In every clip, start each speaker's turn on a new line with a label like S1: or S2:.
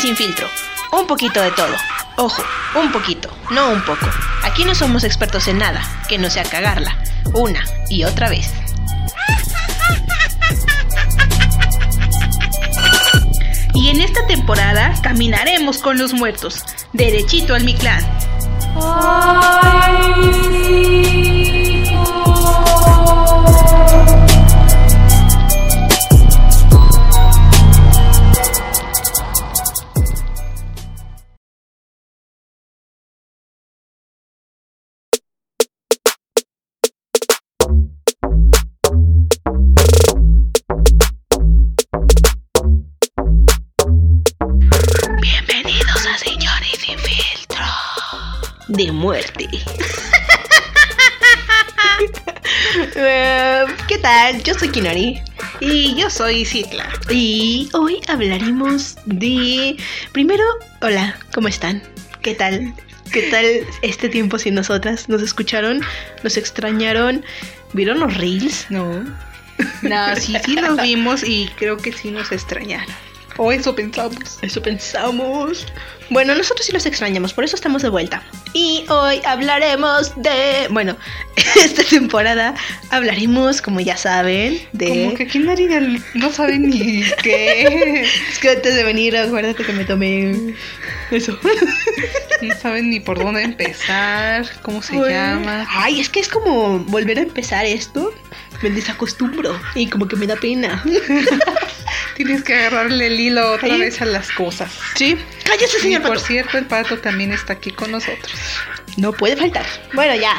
S1: sin filtro. Un poquito de todo. Ojo, un poquito, no un poco. Aquí no somos expertos en nada, que no sea cagarla, una y otra vez.
S2: Y en esta temporada caminaremos con los muertos, derechito al Mictlán.
S1: Bienvenidos a Señores sin filtro. De muerte. Eh, ¿Qué tal? Yo soy Kinori.
S2: Y yo soy Citla.
S1: Y hoy hablaremos de... Primero, hola, ¿cómo están? ¿Qué tal? ¿Qué tal este tiempo sin nosotras? ¿Nos escucharon? ¿Nos extrañaron? ¿Vieron los reels?
S2: No. No, sí, sí nos vimos y creo que sí nos extrañaron. O eso pensamos.
S1: Eso pensamos. Bueno, nosotros sí los extrañamos, por eso estamos de vuelta. Y hoy hablaremos de... Bueno, esta temporada hablaremos, como ya saben, de...
S2: Como que aquí Marina no sabe ni qué.
S1: Es que antes de venir, acuérdate que me
S2: Mm.
S1: tomé eso.
S2: No saben ni por dónde empezar, cómo se
S1: Bueno.
S2: llama.
S1: Ay, es que es como volver a empezar esto. Me desacostumbro y como que me da pena.
S2: Tienes que agarrarle el hilo otra
S1: Ay.
S2: vez a las cosas.
S1: Sí. Cállese,
S2: Y
S1: señor.
S2: por
S1: Pato.
S2: cierto, el pato también está aquí con nosotros.
S1: No puede faltar. Bueno, ya.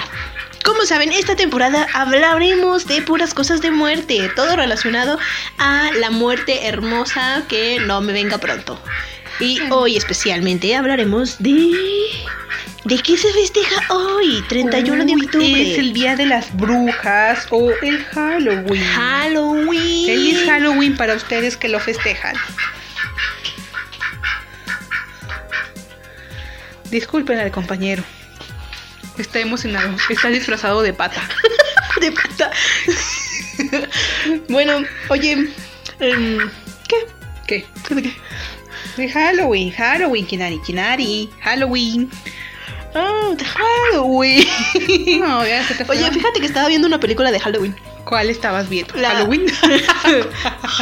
S1: Como saben, esta temporada hablaremos de puras cosas de muerte, todo relacionado a la muerte hermosa que no me venga pronto. Y hoy especialmente hablaremos de... ¿De qué se festeja hoy, 31 de
S2: Uy,
S1: octubre?
S2: Es el día de las brujas o el Halloween.
S1: Halloween.
S2: Feliz Halloween para ustedes que lo festejan. Disculpen al compañero. Está emocionado. Está disfrazado de pata.
S1: de pata. bueno, oye, em, ¿qué?
S2: ¿Qué?
S1: ¿Qué de qué?
S2: De Halloween, Halloween, Kinari, Kinari, Halloween.
S1: Ah, de Halloween.
S2: No, ya se te fue.
S1: Oye, fíjate que estaba viendo una película de Halloween.
S2: ¿Cuál estabas viendo?
S1: La-
S2: Halloween.
S1: Halloween.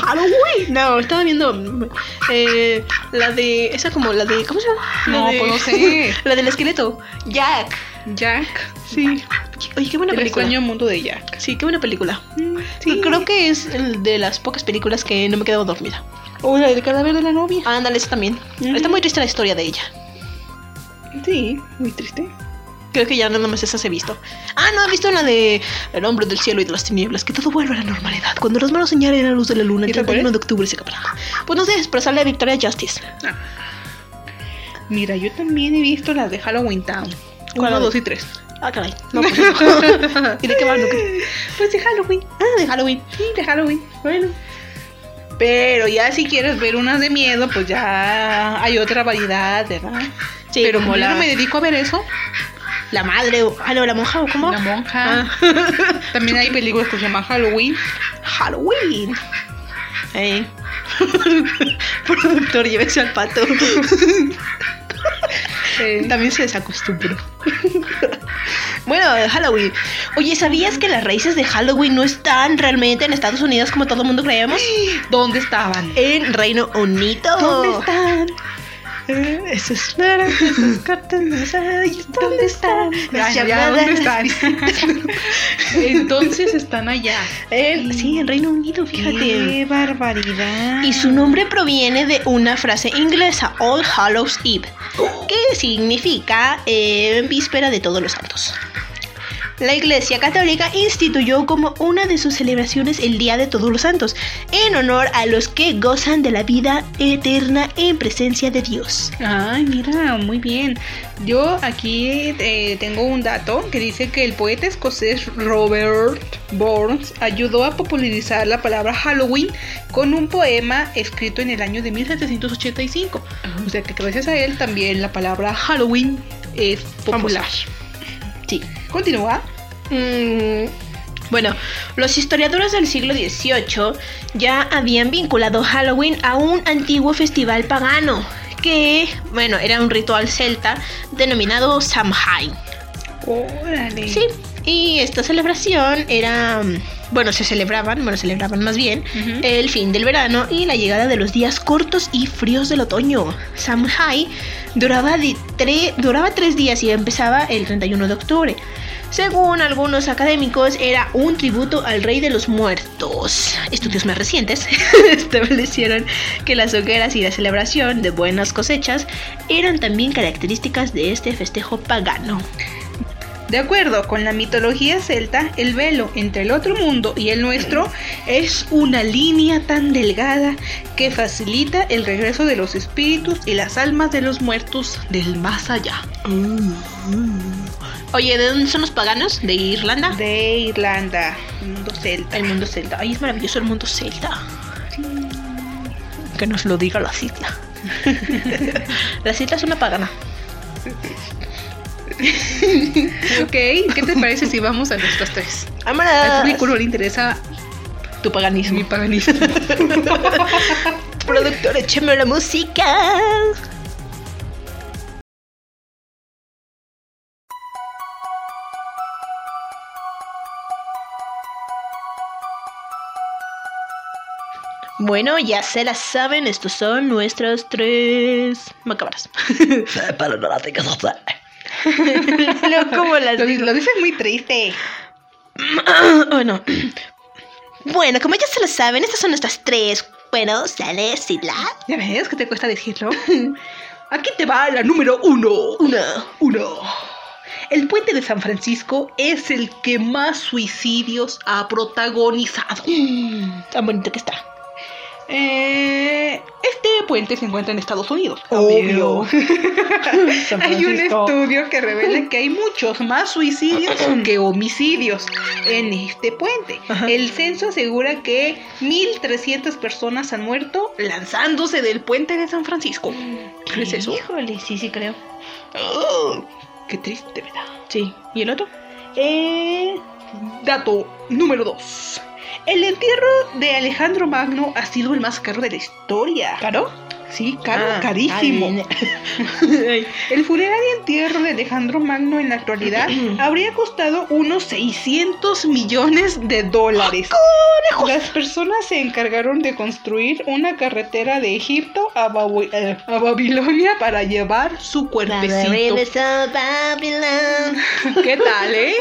S1: No, estaba viendo eh, la de esa como la de ¿cómo se llama? La
S2: No,
S1: de-
S2: pues no sé.
S1: la del esqueleto. Jack.
S2: Jack.
S1: Sí. Oye, qué buena
S2: el
S1: película.
S2: extraño mundo de Jack.
S1: Sí, qué buena película.
S2: Sí.
S1: Creo que es el de las pocas películas que no me he quedado dormida.
S2: O la del cadáver de la novia.
S1: Ándale, esa también.
S2: Ujú.
S1: Está muy triste la historia de ella. Ah.
S2: Sí, muy triste.
S1: Creo que ya nada más esas he visto. Ah, no, he visto la de El hombre del cielo y de las tinieblas, que todo vuelve a la normalidad. Cuando los manos señalen la luz de la luna, el
S2: ¿Y te
S1: 31
S2: acuerdas?
S1: de octubre se acabará. Pues no sé, pero sale Victoria Justice.
S2: Mira, yo también he visto las de Halloween Town.
S1: ¿Cuál?
S2: Uno, dos y tres.
S1: Ah, caray. No, pues no. ¿Y de qué van? o qué?
S2: Pues de Halloween.
S1: Ah, de Halloween.
S2: Sí, de Halloween. Bueno. Pero ya si quieres ver unas de miedo, pues ya hay otra variedad, ¿verdad?
S1: Sí,
S2: Pero
S1: como
S2: como
S1: la-
S2: yo no me dedico a ver eso,
S1: La madre. o- Ah, no, la monja, ¿o cómo?
S2: la monja. Ah. También hay películas que se llaman Halloween.
S1: Halloween. Eh. Productor, llévese al pato. También se desacostumbró. bueno, Halloween. Oye, ¿sabías que las raíces de Halloween no están realmente en Estados Unidos como todo el mundo creemos?
S2: ¿Dónde estaban?
S1: En Reino Unido.
S2: ¿Dónde están?
S1: Oh. Eh, Esas naranjas, esas cartas, esas- ay, ¿Dónde están? Las
S2: Ay, ya,
S1: llamadas.
S2: ¿dónde están? Entonces están allá.
S1: En- sí, en Reino Unido, fíjate.
S2: Qué barbaridad.
S1: Y su nombre proviene de una frase inglesa, All Hallows Eve, que significa eh, víspera de todos los santos. La Iglesia Católica instituyó como una de sus celebraciones el Día de Todos los Santos, en honor a los que gozan de la vida eterna en presencia de Dios.
S2: Ay, mira, muy bien. Yo aquí eh, tengo un dato que dice que el poeta escocés Robert Burns ayudó a popularizar la palabra Halloween con un poema escrito en el año de 1785. O sea que gracias a él también la palabra Halloween es popular.
S1: Sí.
S2: Continúa.
S1: Mm, bueno, los historiadores del siglo XVIII ya habían vinculado Halloween a un antiguo festival pagano que, bueno, era un ritual celta denominado Samhain.
S2: Órale.
S1: Sí, y esta celebración era, bueno, se celebraban, bueno, celebraban más bien
S2: Ujú.
S1: el fin del verano y la llegada de los días cortos y fríos del otoño. Samhain duraba, de tre- duraba tres días y empezaba el 31 de octubre. Según algunos académicos, era un tributo al rey de los muertos. Estudios más recientes establecieron que las hogueras y la celebración de buenas cosechas eran también características de este festejo pagano.
S2: De acuerdo con la mitología celta, el velo entre el otro mundo y el nuestro es una línea tan delgada que facilita el regreso de los espíritus y las almas de los muertos del más allá.
S1: Mm. Oye, ¿de dónde son los paganos? ¿De Irlanda?
S2: De Irlanda, mundo celta.
S1: El mundo celta. Ay, es maravilloso el mundo celta. Que nos lo diga la cita. la cita es una pagana.
S2: Ok, ¿qué te parece si vamos a nuestros tres? Al
S1: Amara.
S2: público no le interesa
S1: Tu
S2: mi
S1: paganismo.
S2: paganismo.
S1: Productor, écheme la música. Bueno, ya se las saben, estos son nuestros tres macabras.
S3: Pero no la tengas hasta.
S1: No, como las
S2: Lo, lo dices muy triste.
S1: bueno. Oh, bueno, como ya se lo saben, estas son nuestras tres. Bueno, sales y la
S2: ¿Ya ves que te cuesta decirlo? Aquí te va la número uno.
S1: uno.
S2: Uno. El puente de San Francisco es el que más suicidios ha protagonizado.
S1: Mm, tan bonito que está.
S2: Eh, este puente se encuentra en Estados Unidos.
S1: Obvio. San
S2: hay un
S1: Francisco.
S2: estudio que revela que hay muchos más suicidios que homicidios en este puente.
S1: Ajá.
S2: El censo asegura que 1.300 personas han muerto lanzándose del puente de San Francisco. ¿Qué es eso?
S1: Híjole, sí, sí creo.
S2: Oh, qué triste, ¿verdad?
S1: Sí. ¿Y el otro?
S2: Eh, dato número 2. El entierro de Alejandro Magno ha sido el más caro de la historia.
S1: ¿Caro? Ah,
S2: Sí, caro, carísimo. El funeral y entierro de Alejandro Magno en la actualidad habría costado unos 600 millones de dólares. Las personas se encargaron de construir una carretera de Egipto a, Babu- eh, a Babilonia para llevar su cuerpecito. ¿Qué tal, eh?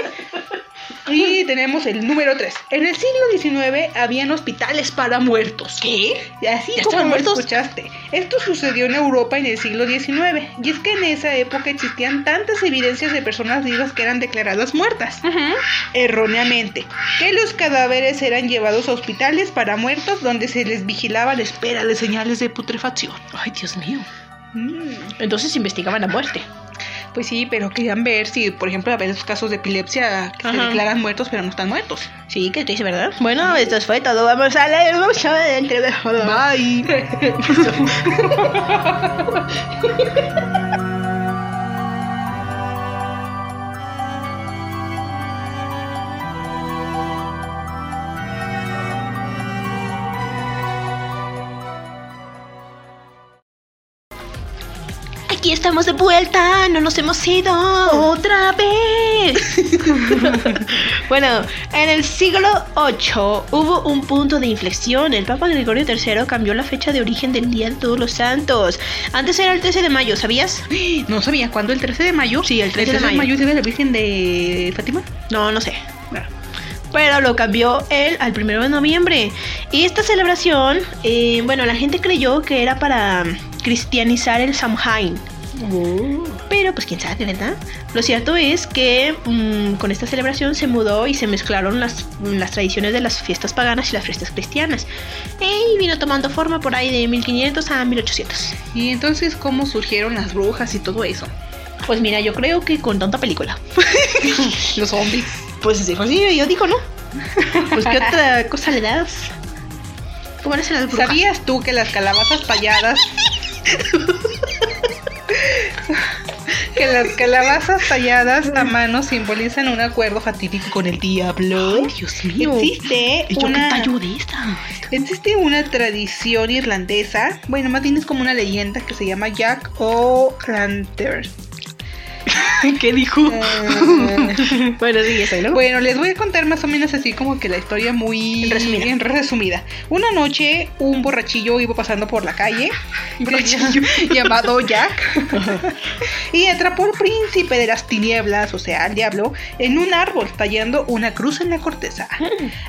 S2: Y tenemos el número 3. En el siglo XIX habían hospitales para muertos.
S1: ¿Qué?
S2: Y así
S1: ¿Ya
S2: como
S1: estaban
S2: lo
S1: muertos?
S2: escuchaste. Esto sucedió en Europa en el siglo XIX. Y es que en esa época existían tantas evidencias de personas vivas que eran declaradas muertas, erróneamente, que los cadáveres eran llevados a hospitales para muertos donde se les vigilaba la espera de señales de putrefacción.
S1: Ay, Dios mío.
S2: Mm.
S1: Entonces investigaban la muerte.
S2: Pues sí, pero querían ver si, por ejemplo, a veces casos de epilepsia que se
S1: Ajá.
S2: declaran muertos pero no están muertos.
S1: Sí, que dice ¿verdad? Bueno, esto fue todo. Vamos a la vamos a la entrevista.
S2: Bye.
S1: Aquí estamos de vuelta, no nos hemos ido. ¡Otra vez! bueno, en el siglo VIII hubo un punto de inflexión. El Papa Gregorio III cambió la fecha de origen del Día de Todos los Santos. Antes era el 13 de mayo, ¿sabías?
S2: No sabía cuándo el 13 de mayo.
S1: Sí, el 13 de mayo. Ah.
S2: es el día de la Virgen de Fátima.
S1: No, no sé.
S2: Bueno.
S1: Pero lo cambió él al 1 de noviembre. Y esta celebración, eh, bueno, la gente creyó que era para cristianizar el Samhain.
S2: Oh.
S1: Pero pues quién sabe, ¿verdad? Lo cierto es que mm, con esta celebración se mudó y se mezclaron las, mm, las tradiciones de las fiestas paganas y las fiestas cristianas. Y vino tomando forma por ahí de 1500 a 1800.
S2: Y entonces, ¿cómo surgieron las brujas y todo eso?
S1: Pues mira, yo creo que con tanta película.
S2: Los zombies.
S1: Pues dijo, sí, yo digo, ¿no? Pues qué otra cosa le das. ¿Cómo eres las brujas?
S2: ¿Sabías tú que las calabazas payadas que las calabazas talladas a mano simbolizan un acuerdo fatídico con el diablo.
S1: Ay, Dios mío.
S2: Existe
S1: ¿Y yo
S2: una-
S1: qué tallo de esta?
S2: Existe una tradición irlandesa, bueno, más bien es como una leyenda que se llama Jack o Lantern.
S1: ¿Qué dijo? Pues,
S2: Eh,
S1: bueno, sí, eso, ¿no?
S2: Bueno, les voy a contar más o menos así como que la historia muy
S1: En resumida.
S2: en resumida. Una noche un borrachillo iba pasando por la calle,
S1: Borrachillo.
S2: llamado Jack, y atrapó al príncipe de las tinieblas, o sea, al diablo, en un árbol tallando una cruz en la corteza.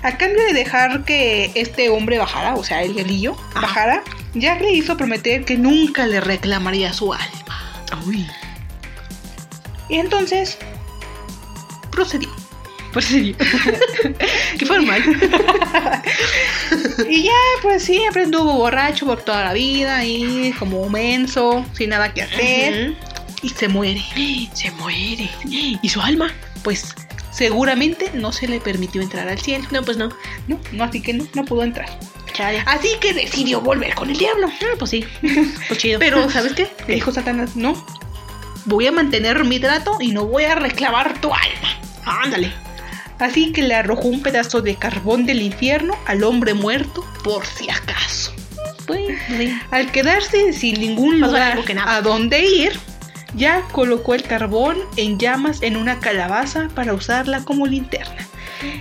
S2: A cambio de dejar que este hombre bajara, o sea, el galillo
S1: Ajá.
S2: bajara, Jack le hizo prometer que nunca le reclamaría su alma.
S1: Uy,
S2: Y entonces procedió.
S1: por serio. qué formal.
S2: Y ya, pues siempre anduvo borracho por toda la vida y como menso, sin nada que hacer. Y se muere.
S1: Se muere. ¿Y su alma?
S2: Pues seguramente no se le permitió entrar al cielo.
S1: No, pues no.
S2: No, no, así que no, no pudo entrar.
S1: Chale. Ah,
S2: Así que decidió volver con el diablo.
S1: pues sí. Pues chido.
S2: Pero, ¿sabes qué? Le dijo Satanás, no. Voy a mantener mi trato y no voy a reclamar tu alma.
S1: ándale.
S2: Así que le arrojó un pedazo de carbón del infierno al hombre muerto por si acaso.
S1: Pues, sí.
S2: Al quedarse sin ningún
S1: Más vale
S2: lugar
S1: algo que nada.
S2: a dónde ir, ya colocó el carbón en llamas en una calabaza para usarla como linterna.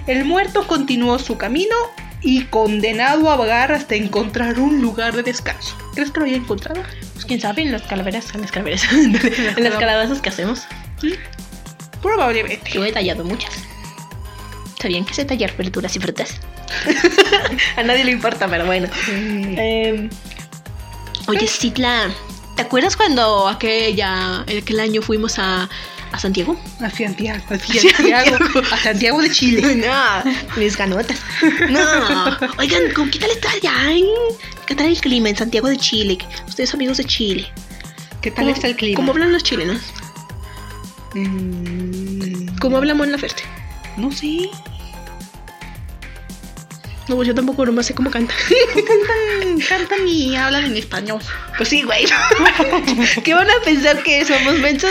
S2: El muerto continuó su camino y condenado a vagar hasta encontrar un lugar de descanso. ¿Crees que lo haya encontrado?
S1: Pues quién sabe, en las calaveras, en las calaveras, en las calabazas que hacemos.
S2: Probablemente.
S1: Yo he tallado muchas. Sabían que sé tallar verduras y frutas. A nadie le importa, pero bueno. Em, oye, Citla, ¿te acuerdas cuando aquella, aquel año fuimos a, a Santiago?
S2: A Santiago, a
S1: Santiago.
S2: Santiago, a Santiago de Chile.
S1: No, mis ganotas. No, oigan, ¿con ¿qué tal está allá? eh? ¿Qué tal el clima en Santiago de Chile? Ustedes amigos de Chile.
S2: ¿Qué tal está el clima?
S1: ¿Cómo hablan los chilenos?
S2: Mm,
S1: ¿Cómo hablamos en la Ferte?
S2: No sé.
S1: No, pues yo tampoco nomás sé cómo canta.
S2: Cantan, cantan y hablan en español.
S1: Pues sí, güey. ¿Qué van a pensar que somos mensos?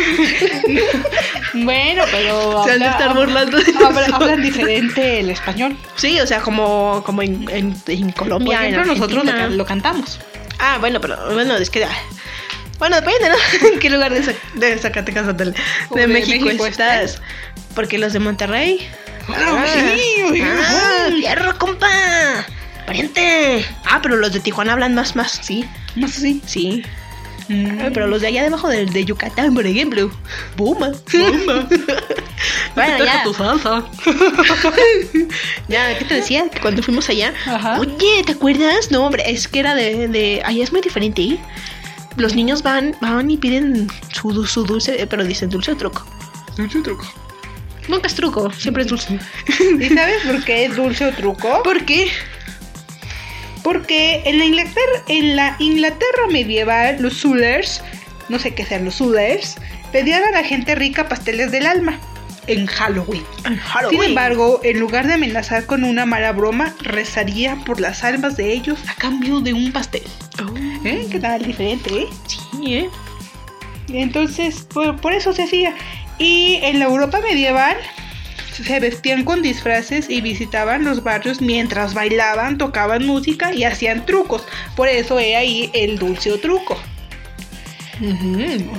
S2: Bueno, pero
S1: Se han de
S2: habla-
S1: estar burlando de
S2: habla-
S1: nosotros.
S2: hablan diferente el español.
S1: Sí, o sea, como, como en, en- en
S2: Por
S1: Colombia.
S2: ejemplo,
S1: en
S2: nosotros lo,
S1: Argentina.
S2: can- lo cantamos.
S1: Ah, bueno, pero bueno, es que. ah, Bueno, depende, ¿no? ¿En qué lugar de, Zac- de Zacatecas o del- de,
S2: O de
S1: México,
S2: México
S1: estás? Porque los de Monterrey.
S2: Ah, sí, oiga.
S1: ah, ¡Fierro, compa! ¡Pariente! Ah, pero los de Tijuana hablan más, más, sí,
S2: Más así.
S1: sí.
S2: Mm.
S1: Ah, Pero los de allá debajo del de Yucatán, por ejemplo. ¡Buma!
S2: Bomba.
S1: Bueno, ya.
S2: tu salsa.
S1: Ya, ¿qué te decía? Que Cuando fuimos allá.
S2: Ajá.
S1: Oye, ¿te acuerdas? No, hombre, es que era de. de- allá es muy diferente. ¿eh? Los niños van, van y piden su, du- su dulce, eh, pero dicen dulce o truco.
S2: Dulce o truco.
S1: Nunca es truco, siempre es dulce.
S2: ¿Y sabes por qué es dulce o truco?
S1: ¿Por qué?
S2: Porque en la Inglaterra, en la Inglaterra medieval, los Zulers, no sé qué sean los Zulers, pedían a la gente rica pasteles del alma en Halloween. Sin embargo, en lugar de amenazar con una mala broma, rezaría por las almas de ellos a cambio de un pastel.
S1: Oh,
S2: ¿Eh? ¿Qué tal? Diferente, ¿eh?
S1: Sí, ¿eh?
S2: Entonces, por, por eso se hacía. Y en la Europa medieval se vestían con disfraces y visitaban los barrios mientras bailaban, tocaban música y hacían trucos. Por eso era ahí el dulce o truco.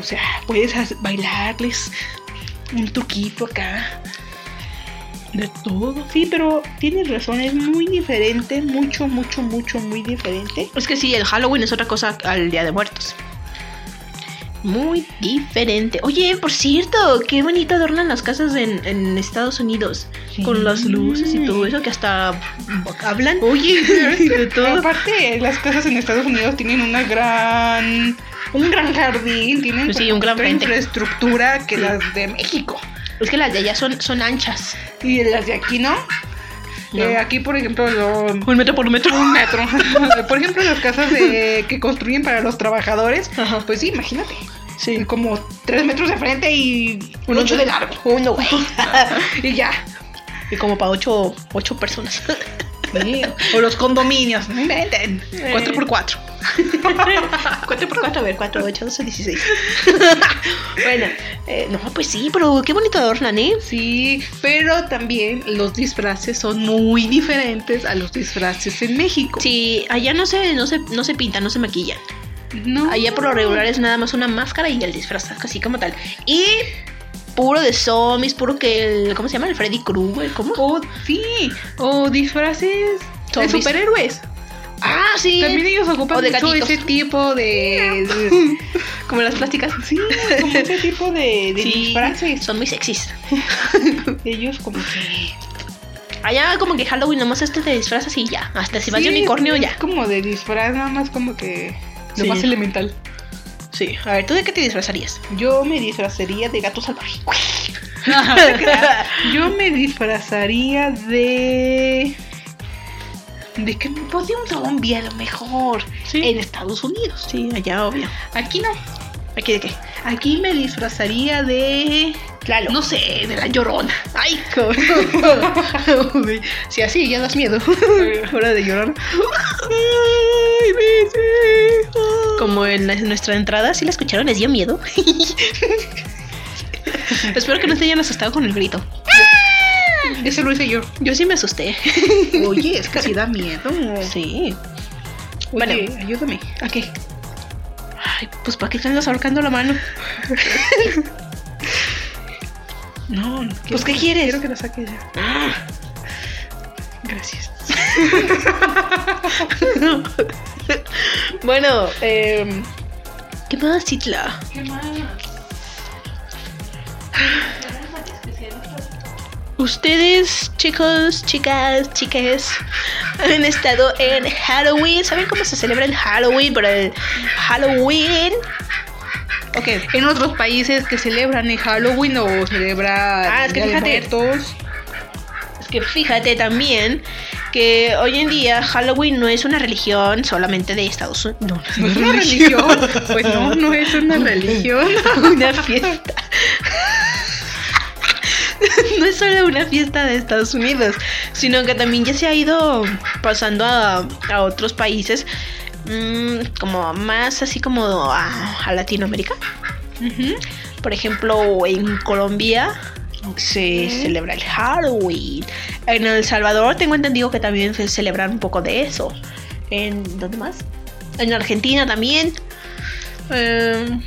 S2: O sea, puedes ha- bailarles un truquito acá. De todo. Sí, pero tienes razón, es muy diferente, mucho, mucho, mucho, muy diferente.
S1: Es que sí, el Halloween es otra cosa al Día de Muertos. Muy diferente. Oye, por cierto, qué bonito adornan las casas en, en Estados Unidos.
S2: Sí.
S1: Con las luces y todo eso que hasta hablan.
S2: Oye,
S1: de todo.
S2: aparte las casas en Estados Unidos tienen una gran, un gran jardín, tienen
S1: Pues Sí, un gran
S2: otra
S1: frente.
S2: infraestructura que
S1: Sí.
S2: las de México.
S1: Es que las de allá son, son anchas.
S2: Y las de aquí no.
S1: No.
S2: Eh, aquí, por ejemplo, lo-
S1: Un metro por un metro.
S2: un metro. por ejemplo, las casas de- que construyen para los trabajadores,
S1: Ajá.
S2: pues sí, imagínate.
S1: Sí.
S2: Como tres metros de frente y
S1: Un
S2: ocho
S1: ocho.
S2: de largo.
S1: Uno, güey.
S2: y ya.
S1: Y como para ocho, ocho personas.
S2: O los condominios, no inventen. Cuatro por cuatro.
S1: 4 por 4, a ver, 4, 8, 12, 16. bueno, eh, no, pues sí, pero qué bonito adornan, ¿eh?
S2: Sí, pero también los disfraces son muy diferentes a los disfraces en México.
S1: Sí, allá no se, no se, no se pintan, no se maquillan.
S2: No.
S1: Allá por lo regular es nada más una máscara y el disfraz, así como tal. Y puro de zombies, puro que el, ¿cómo se llama? El Freddy Krueger, ¿cómo?
S2: O sí, o disfraces
S1: Zombies.
S2: de superhéroes.
S1: ah, sí.
S2: También ellos ocupan
S1: O de
S2: mucho
S1: gatitos.
S2: ese tipo de, de-
S1: como las plásticas.
S2: sí, como ese tipo de, de
S1: Sí,
S2: disfraces.
S1: son muy sexys.
S2: Ellos como que
S1: Allá como que Halloween nomás este te disfrazas y ya. Hasta si vas de
S2: Sí,
S1: unicornio
S2: es
S1: ya.
S2: Como de disfraz nada más como que lo
S1: Sí.
S2: más elemental.
S1: Sí. A ver, ¿tú de qué te disfrazarías?
S2: Yo me disfrazaría de gato salvaje. Yo me disfrazaría de. ¿De qué tipo de un zombie a lo mejor?
S1: Sí.
S2: En Estados Unidos.
S1: sí, allá obvio.
S2: Aquí no.
S1: ¿Aquí de qué?
S2: Aquí me disfrazaría de.
S1: Claro.
S2: No sé, de la llorona.
S1: Ay, si así ya das miedo.
S2: Hora de llorar. Ay, Bessie.
S1: Como en la- nuestra entrada, si la escucharon, les dio miedo. Espero que no te hayan asustado con el grito.
S2: Ese lo hice yo.
S1: Yo sí me asusté.
S2: Oye, es que sí da miedo.
S1: Sí.
S2: Bueno,
S1: Bueno.
S2: ayúdame.
S1: ¿A qué? Ay, pues ¿para qué te andas ahorcando la mano?
S2: No, no
S1: Pues,
S2: quiero-
S1: ¿qué quieres?
S2: Quiero que la saques ya. Gracias.
S1: Bueno,
S2: Em,
S1: eh, ¿qué más, Chitla?
S2: ¿Qué más?
S1: Ustedes, chicos, chicas, chiques, han estado en Halloween. ¿Saben cómo se celebra el Halloween? Pero el Halloween. Ok.
S2: En otros países que celebran el Halloween o celebran
S1: Ah, es que
S2: Día de
S1: fíjate.
S2: Muertos.
S1: Es que fíjate también que hoy en día Halloween no es una religión solamente de Estados Unidos. No,
S2: No es una religión. Pues no, no es una religión.
S1: una fiesta. No es solo una fiesta de Estados Unidos, sino que también ya se ha ido pasando a, a otros países, mm, como más así como a, a Latinoamérica.
S2: Ujú.
S1: Por ejemplo, en Colombia se
S2: Ok.
S1: celebra el Halloween. En El Salvador tengo entendido que también se celebran un poco de eso. ¿En dónde más? En Argentina también. Em,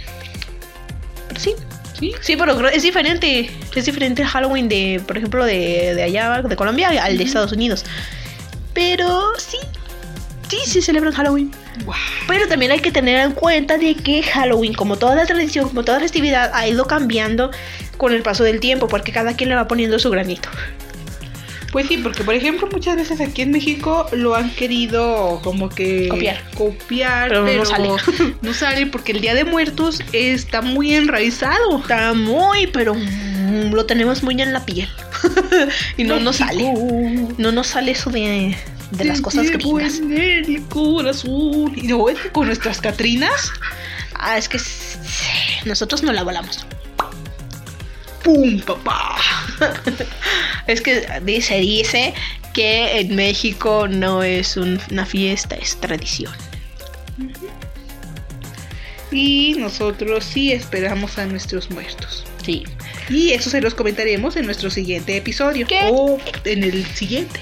S1: pero sí.
S2: Sí.
S1: Sí, pero creo- es diferente. Es diferente el Halloween de, por ejemplo, de, de allá, de Colombia, al de
S2: Ujú.
S1: Estados Unidos. Pero sí. Sí, sí celebran Halloween.
S2: Guau.
S1: Pero también hay que tener en cuenta de que Halloween, como toda la tradición, como toda festividad, ha ido cambiando con el paso del tiempo, porque cada quien le va poniendo su granito.
S2: Pues sí, porque por ejemplo muchas veces aquí en México lo han querido como que
S1: Copiar.
S2: copiar,
S1: Pero
S2: pero,
S1: no sale.
S2: no sale porque el Día de Muertos está muy enraizado.
S1: Está muy, pero mm, lo tenemos muy en la piel. y no nos sale. No nos sale eso de, de las cosas
S2: pues.
S1: gringas.
S2: En el corazón. Y no, es que con nuestras Catrinas,
S1: Ah, es que s- s- nosotros no la volamos.
S2: ¡pum, papá!
S1: Es que dice, dice que en México no es un- una fiesta, es tradición.
S2: Y nosotros sí esperamos a nuestros muertos.
S1: Sí.
S2: Y eso se los comentaremos en nuestro siguiente episodio.
S1: ¿Qué?
S2: O en el siguiente.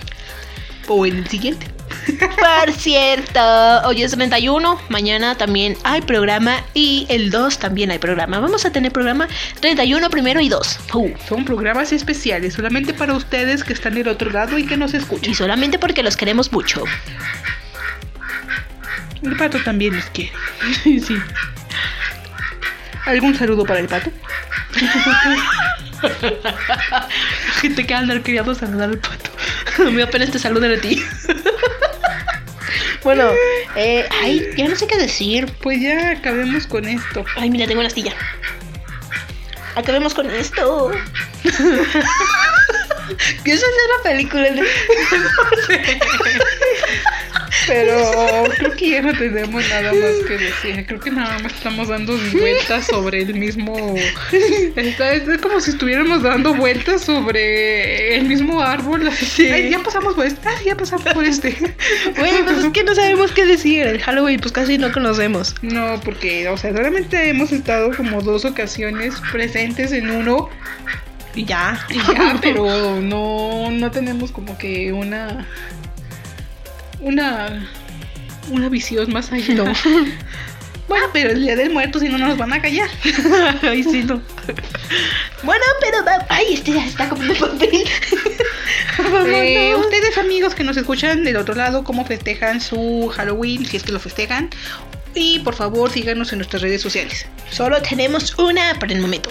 S2: O en el siguiente.
S1: Por cierto, hoy es 31, mañana también hay programa y el 2 también hay programa. Vamos a tener programa 31 primero y 2. Uh,
S2: Son programas especiales solamente para ustedes que están del otro lado y que nos escuchan.
S1: y solamente porque los queremos mucho.
S2: El pato también los quiere. sí. ¿Algún saludo para el pato?
S1: Gente que andar queriendo saludar al pato. Me apenas te saludan a ti. bueno, eh, ay, ya no sé qué decir.
S2: Pues ya acabemos con esto.
S1: Ay, mira, tengo una astilla. Acabemos con esto. Pienso hacer la película.
S2: Pero creo que ya no tenemos nada más que decir. Creo que nada más estamos dando vueltas sobre el mismo. Está- es como si estuviéramos dando vueltas sobre el mismo árbol. así, "Ay, ya pasamos por este. Ah, ya pasamos por este.
S1: Güey, pues es que no sabemos qué decir. El Halloween, pues casi no conocemos.
S2: No, porque, o sea, solamente hemos estado como dos ocasiones presentes en uno.
S1: Y ya.
S2: Y ya, pero no, no tenemos como que una. Una. Una visión más allá.
S1: No.
S2: Bueno, pero el día del muerto, si no, no nos van a callar.
S1: Ay, sí, no. Bueno, pero. va- Ay, este ya está como de papel. Vámonos.
S2: Eh, ustedes, amigos que nos escuchan del otro lado, ¿cómo festejan su Halloween? Si es que lo festejan. Y por favor, síganos en nuestras redes sociales.
S1: Solo tenemos una por el momento.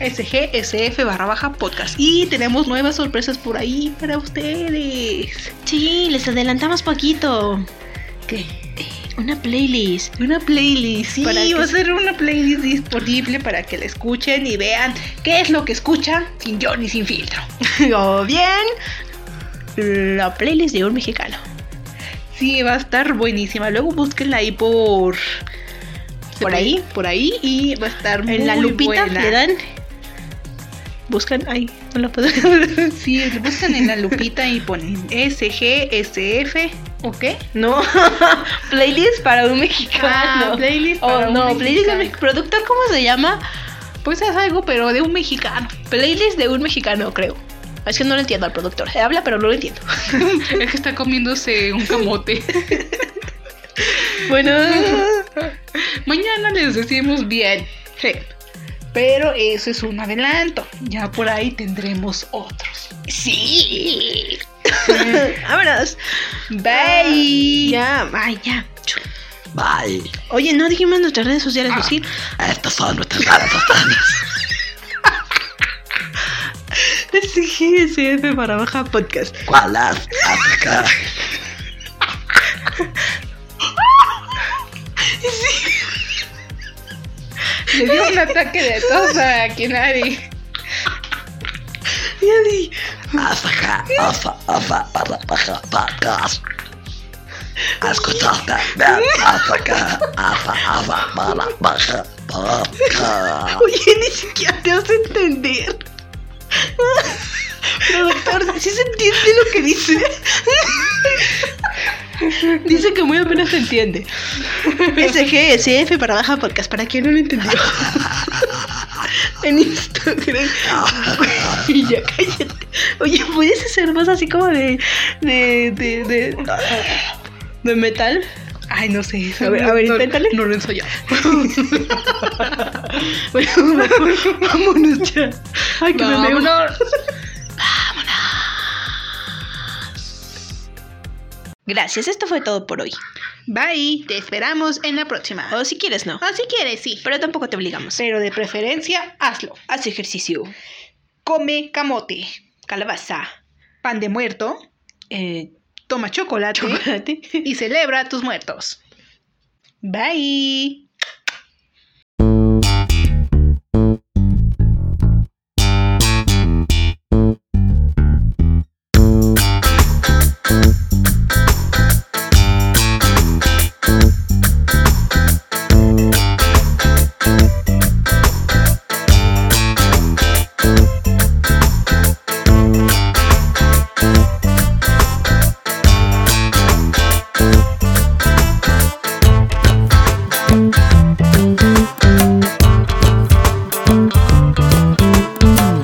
S2: SGSF barra baja podcast. Y tenemos nuevas sorpresas por ahí para ustedes.
S1: Sí, les adelantamos poquito.
S2: ¿Qué?
S1: Una playlist.
S2: Una playlist, sí,
S1: Para que
S2: va a
S1: se-
S2: ser una playlist disponible para que la escuchen y vean qué es lo que escuchan sin yo ni sin filtro.
S1: O Oh, bien. La playlist de un mexicano.
S2: Sí, va a estar buenísima. Luego búsquenla ahí por.
S1: ¿Por ahí?
S2: Por ahí y va a estar muy
S1: En la lupita
S2: buena.
S1: le dan. Buscan. Ay, no lo puedo.
S2: Sí, buscan en la lupita y ponen SGSF. ¿O qué?
S1: No, playlist para un mexicano.
S2: Ah, playlist
S1: Oh,
S2: para un
S1: no, playlist de un mex-
S2: mexicano.
S1: producto, ¿cómo se llama?
S2: Pues es algo, pero de un mexicano.
S1: Playlist de un mexicano, creo. Es que no lo entiendo al productor. Se habla, pero no lo entiendo.
S2: es que está comiéndose un camote.
S1: Bueno,
S2: Mañana les decimos bien. Sí. Pero eso es un adelanto. Ya por ahí tendremos otros.
S1: sí. Vámonos.
S2: Bye.
S1: Ya, ay, ya.
S3: Bye. Ah,
S1: Oye, no dijimos nuestras redes sociales, ¿no? sí.
S3: Estas son nuestras redes sociales.
S1: SGSF para baja podcast.
S3: ¿Cuáles? Acá.
S2: Le dio un ataque de tos a Kinari.
S1: Ya di.
S3: Acá. Ofa, ofa, para, para, podcast. Escuchaste bien. Acá. Ofa, ofa, para, para, podcast.
S1: Oye, ni siquiera te vas a entender. Productor, ¿sí se entiende lo que dice? Dice que muy apenas se entiende. SGSF para baja podcast, para quien no lo entendió. En Instagram. Y ya cállate. Oye, ¿puedes hacer más así como de. de. de. de, de metal?
S2: Ay, no sé.
S1: A ver, a ver,
S2: No-
S1: inténtale.
S2: No lo he ensayado.
S1: Bueno, vámonos ya. Ay, que me veo. Gracias, esto fue todo por hoy.
S2: Bye. Te esperamos en la próxima.
S1: O si quieres, no.
S2: O si quieres, sí.
S1: Pero tampoco te obligamos.
S2: Pero de preferencia, hazlo.
S1: Haz ejercicio.
S2: Come camote,
S1: Calabaza.
S2: pan de muerto,
S1: Eh,
S2: toma chocolate
S1: chocolate.
S2: y celebra a tus muertos. Bye.